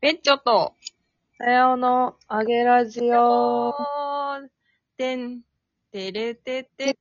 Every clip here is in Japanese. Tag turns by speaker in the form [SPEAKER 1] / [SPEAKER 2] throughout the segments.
[SPEAKER 1] ベッチョと、
[SPEAKER 2] さようの、あげラジオ。
[SPEAKER 1] てん、てれてて、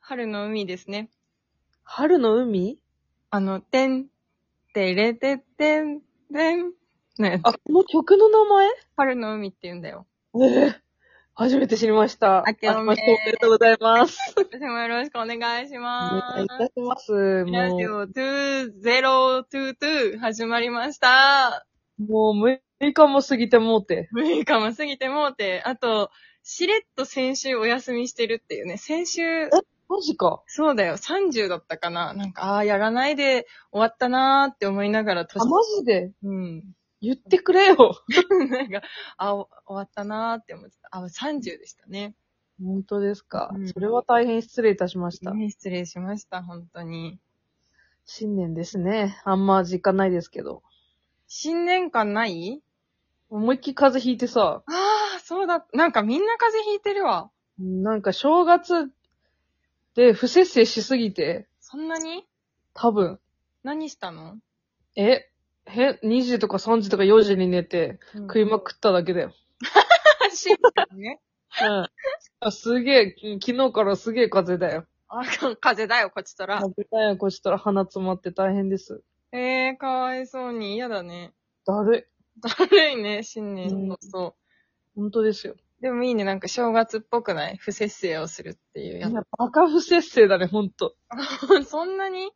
[SPEAKER 1] 春の海ですね。
[SPEAKER 2] 春の海
[SPEAKER 1] あの、てん、てれててん、てん、ね、
[SPEAKER 2] あ、この曲の名前
[SPEAKER 1] 春の海って言うんだよ。
[SPEAKER 2] ええ初めて知りました。
[SPEAKER 1] 明けおめ
[SPEAKER 2] ましておめでとうございます。
[SPEAKER 1] 私もよろしくお願いし
[SPEAKER 2] お
[SPEAKER 1] ま
[SPEAKER 2] 願いい
[SPEAKER 1] す。
[SPEAKER 2] たします。
[SPEAKER 1] ラジ
[SPEAKER 2] も
[SPEAKER 1] オ2022始まりました。
[SPEAKER 2] う、もう6日も過ぎてもうて。
[SPEAKER 1] 6日も過ぎてもうて、あと、しれっと先週お休みしてるっていうね、先週、
[SPEAKER 2] マジか。
[SPEAKER 1] そうだよ、30だったかな。なんか、ああー、やらないで終わったなーって思いながら年
[SPEAKER 2] あ、、マジで
[SPEAKER 1] うん。
[SPEAKER 2] 言ってくれよ。
[SPEAKER 1] なんか、あ、お終わったなーって思ってた。あ、30でしたね。
[SPEAKER 2] 本当ですか
[SPEAKER 1] う。ん
[SPEAKER 2] それは大変失礼いたしました。
[SPEAKER 1] ね失礼しました、本当に。
[SPEAKER 2] 新年ですね。あんま実感ないですけど。
[SPEAKER 1] 新年間ない
[SPEAKER 2] 思いっきり風邪ひいてさ、
[SPEAKER 1] ああ、そうだ。なんかみんな風邪ひいてるわ。
[SPEAKER 2] なんか正月で不節制しすぎて、
[SPEAKER 1] そんなに
[SPEAKER 2] 多分。
[SPEAKER 1] 何したの、
[SPEAKER 2] え、へ、2時とか3時とか4時に寝て、食いまくっただけだよ。
[SPEAKER 1] た。シンプルにね。
[SPEAKER 2] うん。あすげえ、き昨日からすげえ風だよ。
[SPEAKER 1] あ、か風邪だよ、こっちとら。
[SPEAKER 2] 食べたいよ、こっちたら鼻詰まって大変です。
[SPEAKER 1] ええー、かわいそうに。嫌だね。
[SPEAKER 2] だる
[SPEAKER 1] だるいね、新年。
[SPEAKER 2] うん
[SPEAKER 1] そうそう。
[SPEAKER 2] い。本当ですよ。
[SPEAKER 1] でもいいね、なんか正月っぽくない不節制をするっていう
[SPEAKER 2] い
[SPEAKER 1] や
[SPEAKER 2] や、バカ不節制だね、ほんと。
[SPEAKER 1] つ。そんなに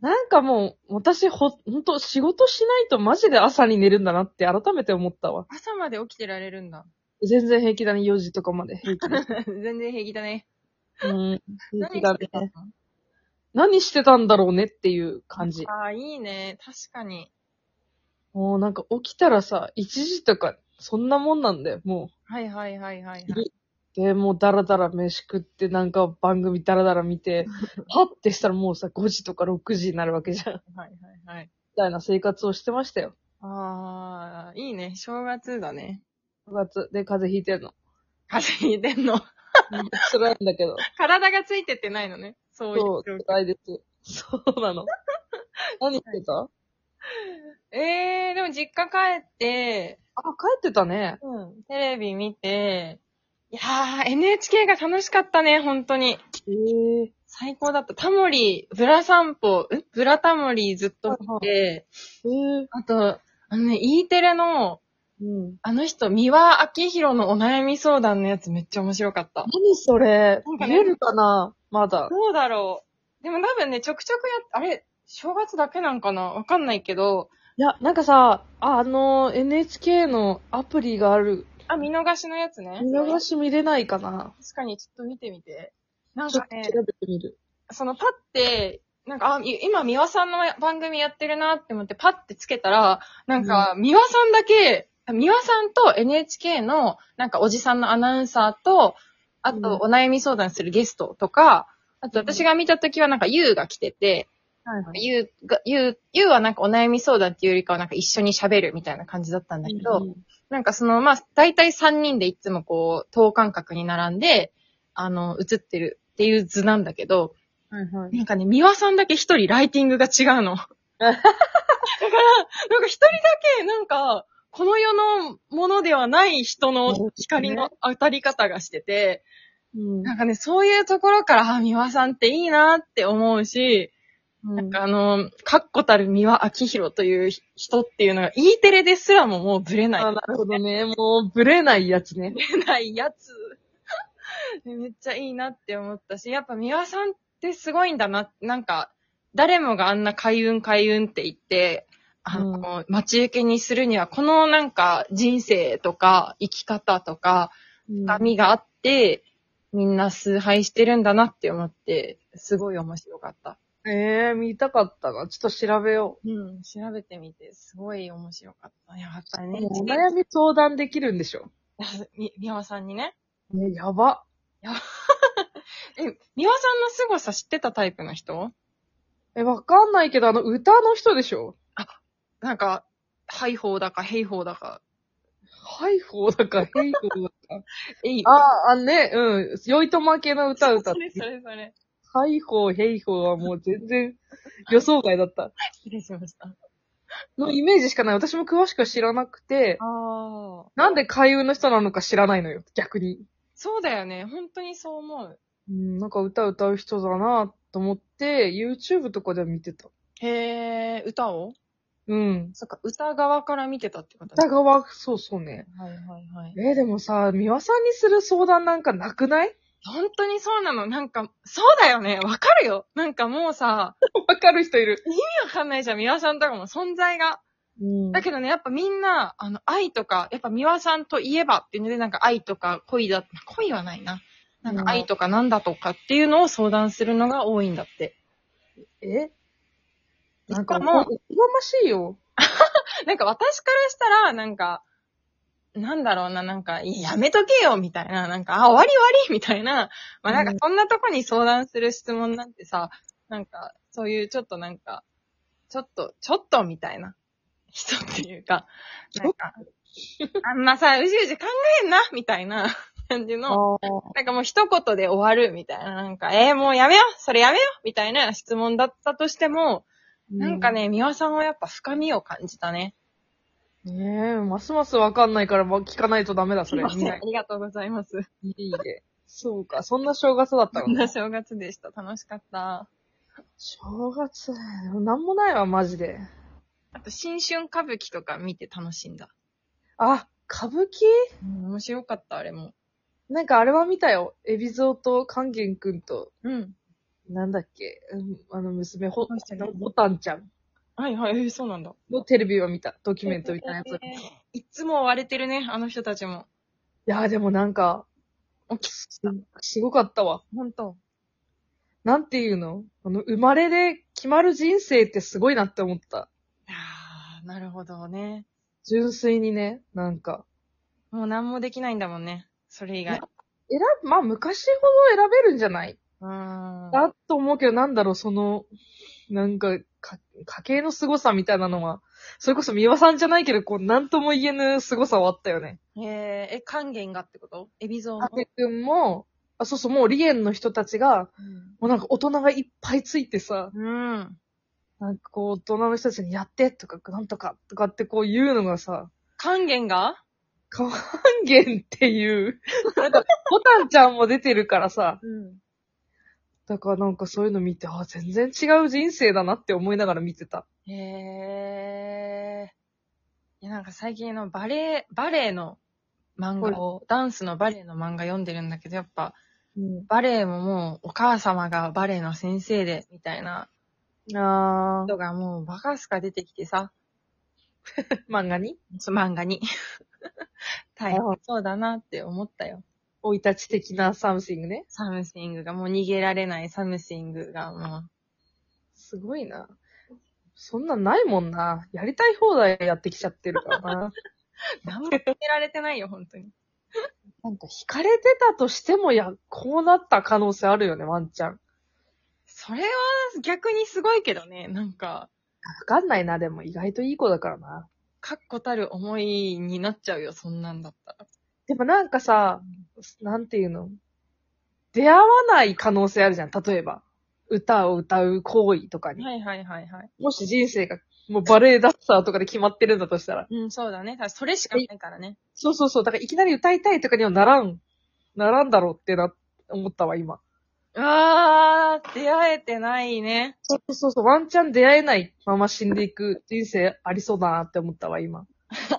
[SPEAKER 2] なんかもう、私ほ、ほんと、仕事しないとマジで朝に寝るんだなって改めて思ったわ。
[SPEAKER 1] 朝まで起きてられるんだ。
[SPEAKER 2] 全然平気だね、4時とかまで平気。
[SPEAKER 1] 全然平気だね。
[SPEAKER 2] うん、平
[SPEAKER 1] 何
[SPEAKER 2] 気だ
[SPEAKER 1] してたの
[SPEAKER 2] ね。何してたんだろうねっていう感じ。
[SPEAKER 1] ああ、いいね。確かに。
[SPEAKER 2] もうなんか起きたらさ、1時とか、そんなもんなんだよ、もう。
[SPEAKER 1] はいはいはいはい、はい
[SPEAKER 2] る。で、もうダラダラ飯食って、なんか番組ダラダラ 見て、はってしたらもうさ、5時とか6時になるわけじゃん。み
[SPEAKER 1] はいはいはい。
[SPEAKER 2] たいな生活をしてましたよ。
[SPEAKER 1] ああ、いいね。正月だね。
[SPEAKER 2] 9月で風邪ひいて んの。
[SPEAKER 1] 風邪ひいてんの。
[SPEAKER 2] 辛いんだけど。
[SPEAKER 1] 体がついてってないのね。そういう
[SPEAKER 2] そう、
[SPEAKER 1] 状況。
[SPEAKER 2] 辛いです。そう なの。何してた
[SPEAKER 1] ええー、でも実家帰って、
[SPEAKER 2] あ、帰ってたね。
[SPEAKER 1] うん、テレビ見て、いやー、NHK が楽しかったね、本当に。
[SPEAKER 2] ええ
[SPEAKER 1] 最高だった。タモリ、ブラ散歩、んブラタモリずっと見て、
[SPEAKER 2] ええ
[SPEAKER 1] あと、あのね、E テレの、
[SPEAKER 2] うん。
[SPEAKER 1] あの人、三輪明宏のお悩み相談のやつめっちゃ面白かった。
[SPEAKER 2] 何それ
[SPEAKER 1] なんかね
[SPEAKER 2] 見えるかなまだ。
[SPEAKER 1] どうだろう。でも多分ね、ちょくちょくやっ、あれ、正月だけなんかなわかんないけど、
[SPEAKER 2] いや、なんかさ、あ、あの、NHK のアプリがある。
[SPEAKER 1] あ、見逃しのやつね。
[SPEAKER 2] 見逃し見れないかな
[SPEAKER 1] 確かにちょっと見てみて。なん
[SPEAKER 2] ちょ
[SPEAKER 1] か
[SPEAKER 2] っと
[SPEAKER 1] ね、
[SPEAKER 2] 調べてみる。
[SPEAKER 1] そのパって、なんか、あ、い今、三輪さんの番組やってるなって思って、パってつけたら、なんか、三輪さんだけ、三輪さんと NHK の、なんか、おじさんのアナウンサーと、あ
[SPEAKER 2] うん
[SPEAKER 1] と、お悩み相談するゲストとか、あと、
[SPEAKER 2] うん
[SPEAKER 1] 私が見た時は、なんか、ゆうが来てて、
[SPEAKER 2] はいはい。
[SPEAKER 1] ゆうが、ゆう、ゆうはなんか、お悩み相談っていうよりかは、なんか、一緒に喋るみたいな感じだったんだけど、なんかその、まあ、大体3人でいつもこう、等間隔に並んで、あの、映ってるっていう図なんだけど、
[SPEAKER 2] はいはい。
[SPEAKER 1] なんかね、三輪さんだけ一人ライティングが違うの。だから、なんか一人だけ、なんか、この世のものではない人の光の当たり方がしてて、
[SPEAKER 2] うん
[SPEAKER 1] なんかね、そういうところから、あ、三輪さんっていいなって思うし、なんかあの、かっこたる三輪明宏という人っていうのが、E テレですらももうずれない。
[SPEAKER 2] あ、なるほどね。もう、ぶれないやつね。
[SPEAKER 1] ないやつ。 めっちゃいいなって思ったし、やっぱ三輪さんってすごいんだな。なんか、誰もがあんな開運開運って言って、あの、待ち受けにするには、このなんか人生とか生き方とか、
[SPEAKER 2] うん
[SPEAKER 1] 深みがあって、みんな崇拝してるんだなって思って、すごい面白かった。
[SPEAKER 2] ええ見たかったな。ちょっと調べよ
[SPEAKER 1] うん、調べてみて、すごい面白かった。いややっぱ
[SPEAKER 2] う。
[SPEAKER 1] ね、
[SPEAKER 2] お悩み相談できるんでしょ
[SPEAKER 1] み三輪さんにね。
[SPEAKER 2] ね、やば。
[SPEAKER 1] え、三輪さんの凄さ知ってたタイプの人
[SPEAKER 2] え、わかんないけど、あの、歌の人でしょ
[SPEAKER 1] なんか、ハイホーだか、ヘイホーだか。
[SPEAKER 2] ハイフォーだか、ヘイフォーだか。
[SPEAKER 1] えい
[SPEAKER 2] ああ、あね、うん。よいとま系の歌歌っ
[SPEAKER 1] それ
[SPEAKER 2] て
[SPEAKER 1] そ。れそれ。
[SPEAKER 2] はいほう、へいほうはもう全然予想外だった。
[SPEAKER 1] 失礼しました。
[SPEAKER 2] のイメージしかない。私も詳しくは知らなくて、
[SPEAKER 1] ああ。
[SPEAKER 2] なんで海運の人なのか知らないのよ、逆に。
[SPEAKER 1] そうだよね。本当にそう思う。
[SPEAKER 2] うん、なんか歌歌う人だなと思って、YouTube とかでは見てた。
[SPEAKER 1] へえ、歌を
[SPEAKER 2] うん。
[SPEAKER 1] そっか、歌側から見てたってこと
[SPEAKER 2] 歌側、そうそうね。
[SPEAKER 1] はいはいはい。
[SPEAKER 2] えーでもさ、美輪さんにする相談なんかなくない
[SPEAKER 1] 本当にそうなの。なんか、そうだよね。わかるよ。なんかもうさ、
[SPEAKER 2] わかる人いる。
[SPEAKER 1] 意味わかんないじゃん、美輪さんとかも存在が。
[SPEAKER 2] うん
[SPEAKER 1] だけどね、やっぱみんな、あの、愛とか、やっぱ美輪さんといえばっていうので、なんか愛とか恋だ、恋はないな。なんか愛とかなんだとかっていうのを相談するのが多いんだって。
[SPEAKER 2] えなん
[SPEAKER 1] しか
[SPEAKER 2] かも
[SPEAKER 1] も
[SPEAKER 2] う、おこがましいよ。
[SPEAKER 1] なんか私からしたら、なんか、なんだろうな、なんか、いややめとけよ、みたいな、なんか、あ、終わり終わり、みたいな、まあなんか
[SPEAKER 2] うん、
[SPEAKER 1] そんなとこに相談する質問なんてさ、なんか、そういうちょっとなんか、ちょっと、ちょっと、みたいな人っていうか、なんか、あんまさ、うじうじ考えんな、みたいな 感じの、
[SPEAKER 2] あ
[SPEAKER 1] なんかもう一言で終わる、みたいな、なんか、えー、もうやめようそれやめようみたいな質問だったとしても、なんか。ね、美輪さんはやっぱ深みを感じたね。
[SPEAKER 2] ねえ、ますますわかんないから、ま聞かないとダメだ、それ。
[SPEAKER 1] すいませんあ
[SPEAKER 2] ね
[SPEAKER 1] りがとうございます。
[SPEAKER 2] いいね。そうか、そんな正月だった
[SPEAKER 1] こん
[SPEAKER 2] の。
[SPEAKER 1] な正月でした。楽しかった。
[SPEAKER 2] 正月、なんもないわ、マジで。
[SPEAKER 1] あと、新春歌舞伎とか見て楽しんだ。
[SPEAKER 2] あ、歌舞伎
[SPEAKER 1] 面白かった、あれも。
[SPEAKER 2] なんかあれは見たよ。エビゾと勸玄くんと、
[SPEAKER 1] うん。
[SPEAKER 2] なんだっけ、うん、あの娘、ほ
[SPEAKER 1] この人ね、
[SPEAKER 2] ボタンちゃん
[SPEAKER 1] はいはい、えーそうなんだ。
[SPEAKER 2] のテレビを見た。ドキュメントみたいなやつ。い
[SPEAKER 1] えーいつも追われてるね、あの人たちも。
[SPEAKER 2] やーでもなんか、
[SPEAKER 1] おき
[SPEAKER 2] すすごかったわ。
[SPEAKER 1] 本当
[SPEAKER 2] なんていうのあの、生まれで決まる人生ってすごいなって思った。
[SPEAKER 1] あー、なるほどね。
[SPEAKER 2] 純粋にね、なんか。
[SPEAKER 1] もう何もできないんだもんね。それ以外。
[SPEAKER 2] 選ぶ、まあ昔ほど選べるんじゃないう
[SPEAKER 1] ーん。
[SPEAKER 2] だと思うけど、なんだろう、その、なんか、か、家計の凄さみたいなのは、それこそ三輪さんじゃないけど、こう、なんとも言えぬ凄さはあったよね。
[SPEAKER 1] えー、え、還元がってことエビゾー
[SPEAKER 2] あ
[SPEAKER 1] も。
[SPEAKER 2] てくんも、あ、そうそう、もう、リエンの人たちが、もうなんか大人がいっぱいついてさ、
[SPEAKER 1] うん。
[SPEAKER 2] なんかこう、大人の人たちにやって、とか、なんとか、とかってこう言うのがさ、
[SPEAKER 1] 還元が
[SPEAKER 2] 還元っていう、なんか、ボタンちゃんも出てるからさ、
[SPEAKER 1] うん。
[SPEAKER 2] だからなんかそういうの見て、あ、全然違う人生だなって思いながら見てた。
[SPEAKER 1] へえ。いや、なんか最近あのバレエ、バレエの漫画を、ダンスのバレエの漫画読んでるんだけど、やっぱ、
[SPEAKER 2] う。
[SPEAKER 1] バレエももうお母様がバレエの先生で、みたいなん
[SPEAKER 2] あ
[SPEAKER 1] 人がもうバカすか出てきてさ、
[SPEAKER 2] ー、漫画に
[SPEAKER 1] そ漫画に。 大変
[SPEAKER 2] あー
[SPEAKER 1] そうだなって思ったよ。
[SPEAKER 2] 生い立ち的なサムシングね。
[SPEAKER 1] サムシングが、もう逃げられないサムシングがもう。
[SPEAKER 2] すごいな。そんなんないもんな。やりたい放題やってきちゃってるからな。
[SPEAKER 1] 何も逃げられてないよ、本当に。
[SPEAKER 2] なんか惹かれてたとしてもや、こうなった可能性あるよね、ワンちゃん。わ
[SPEAKER 1] それは逆にすごいけどね、なんか、
[SPEAKER 2] かんないな、でも意外といい子だからな。
[SPEAKER 1] 確固たる思いになっちゃうよ、そんなんだったら。
[SPEAKER 2] でもなんかさ、なんていうの出会わない可能性あるじゃん、例えば。歌を歌う行為とかに。
[SPEAKER 1] はいはいはいはい。
[SPEAKER 2] もし人生が、もうバレエダンサーとかで決まってるんだとしたら。
[SPEAKER 1] うん、そうだね。それしかないからね。
[SPEAKER 2] そうそうそう。だからいきなり歌いたいとかにはならん、ならんだろうってな、思ったわ、今。
[SPEAKER 1] あー、出会えてないね。
[SPEAKER 2] そうそうそう、ワンチャン出会えないまま死んでいく人生ありそうだなって思ったわ、今。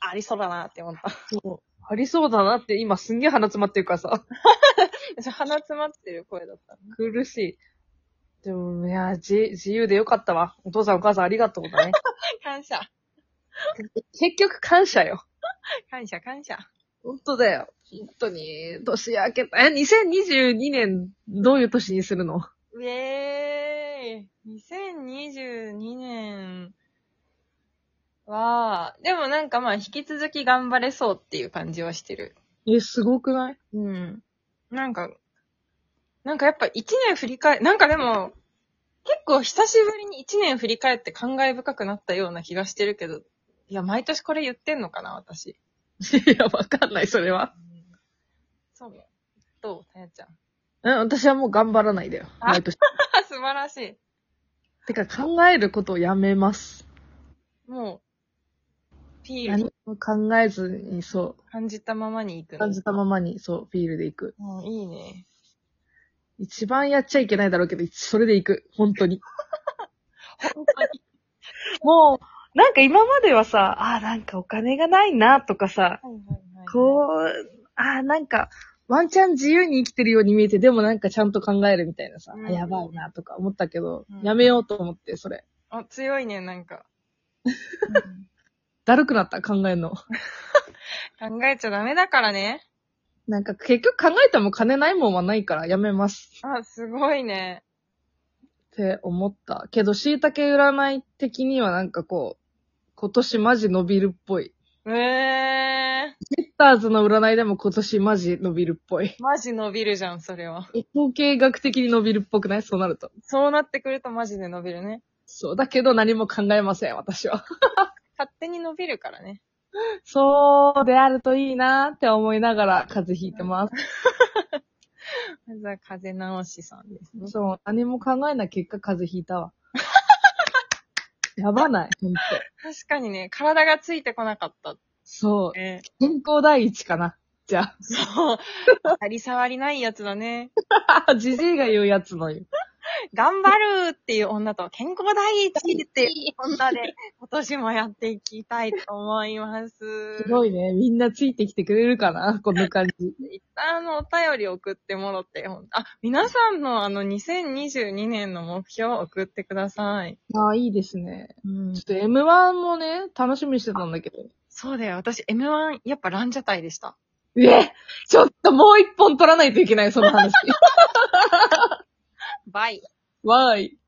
[SPEAKER 1] ありそうだなって思った。
[SPEAKER 2] ありそうだなって、今すんげえ鼻詰まってるからさ。
[SPEAKER 1] 私鼻詰まってる声だった。
[SPEAKER 2] 苦しい。でも、いや、じ、自由でよかったわ。お父さんお母さんありがとうだね。
[SPEAKER 1] 感謝。
[SPEAKER 2] 結局感謝よ。
[SPEAKER 1] 感謝感謝。
[SPEAKER 2] 本当だよ。本当に、年明けた。え、2022年、どういう年にするの
[SPEAKER 1] ウェーイ。2022年は、でもなんかまあ引き続き頑張れそうっていう感じはしてる。
[SPEAKER 2] え、すごく ない
[SPEAKER 1] うん。なんか、なんかやっぱ一年振り返、なんかでも、結構久しぶりに一年振り返って感慨深くなったような気がしてるけど、いや、毎年これ言ってんのかな、私。
[SPEAKER 2] いや、わかんない、それは。
[SPEAKER 1] そう。どうさやちゃん。
[SPEAKER 2] うん、私はもう頑張らないだよ。
[SPEAKER 1] あ
[SPEAKER 2] 毎年。
[SPEAKER 1] あ素晴らしい。
[SPEAKER 2] てか考えることをやめます。
[SPEAKER 1] もう、ピール
[SPEAKER 2] 何も考えずに、そ
[SPEAKER 1] 感じたままに行く
[SPEAKER 2] う。
[SPEAKER 1] の。
[SPEAKER 2] 感じたままに、そう、フィールで行く。
[SPEAKER 1] うん、いいね。
[SPEAKER 2] 一番やっちゃいけないだろうけど、それで行く。本当 に。
[SPEAKER 1] 本当に。
[SPEAKER 2] もう、なんか今まではさ、ああ、なんかお金がないな、とかさ、
[SPEAKER 1] はいはいはい。
[SPEAKER 2] こう、ああ、なんか、ワンチャン自由に生きてるように見えて、でもなんかちゃんと考えるみたいなさ、
[SPEAKER 1] うん
[SPEAKER 2] あやばいな、とか思ったけど、
[SPEAKER 1] うん
[SPEAKER 2] やめようと思って、それ。
[SPEAKER 1] あ、強いね、なん か。
[SPEAKER 2] だるくなった、考えるの。
[SPEAKER 1] うん考えちゃダメだからね。
[SPEAKER 2] なんか結局考えても金ないもんはないからやめます
[SPEAKER 1] あ、すごいね。
[SPEAKER 2] って思った。けど、椎茸占い的にはなんかこう、今年マジ伸びるっぽい。
[SPEAKER 1] うえ
[SPEAKER 2] ジェッターズの占いでも今年マジ伸びるっぽい。
[SPEAKER 1] ー。マジ伸びるじゃん、それは。
[SPEAKER 2] 統計学的に伸びるっぽくないそうなると。
[SPEAKER 1] そうなってくるとマジで伸びるね。
[SPEAKER 2] そう。だけど何も考えません、私は。
[SPEAKER 1] 勝手に伸びるからね。
[SPEAKER 2] そうであるといいなって思いながら風邪ひいてます。
[SPEAKER 1] まずは風直しさんですね。
[SPEAKER 2] そう。何も考えない結果風邪ひいたわ。 やばない、ほんと。
[SPEAKER 1] 確かにね、体がついてこなかった。
[SPEAKER 2] そう。
[SPEAKER 1] ね、
[SPEAKER 2] 健康第一かな。じゃあ。
[SPEAKER 1] そう。当たり障りないやつだね。
[SPEAKER 2] あ じじいが言うやつのよ。
[SPEAKER 1] 頑張るっていう女と健康第一っていう女で、今年もやっていきたいと思います。
[SPEAKER 2] すごいね。みんなついてきてくれるかなこの感じ。
[SPEAKER 1] あの、お便り送ってもろって、ほんあ、皆さんのあの、2022年の目標を送ってください。
[SPEAKER 2] ああ、いいですね。
[SPEAKER 1] うん
[SPEAKER 2] ちょっと M1 もね、楽しみにしてたんだけど。
[SPEAKER 1] そうだよ。私、M1、やっぱランジャタイでした。
[SPEAKER 2] えちょっともう一本取らないといけない、その話。
[SPEAKER 1] バイ。
[SPEAKER 2] わーい。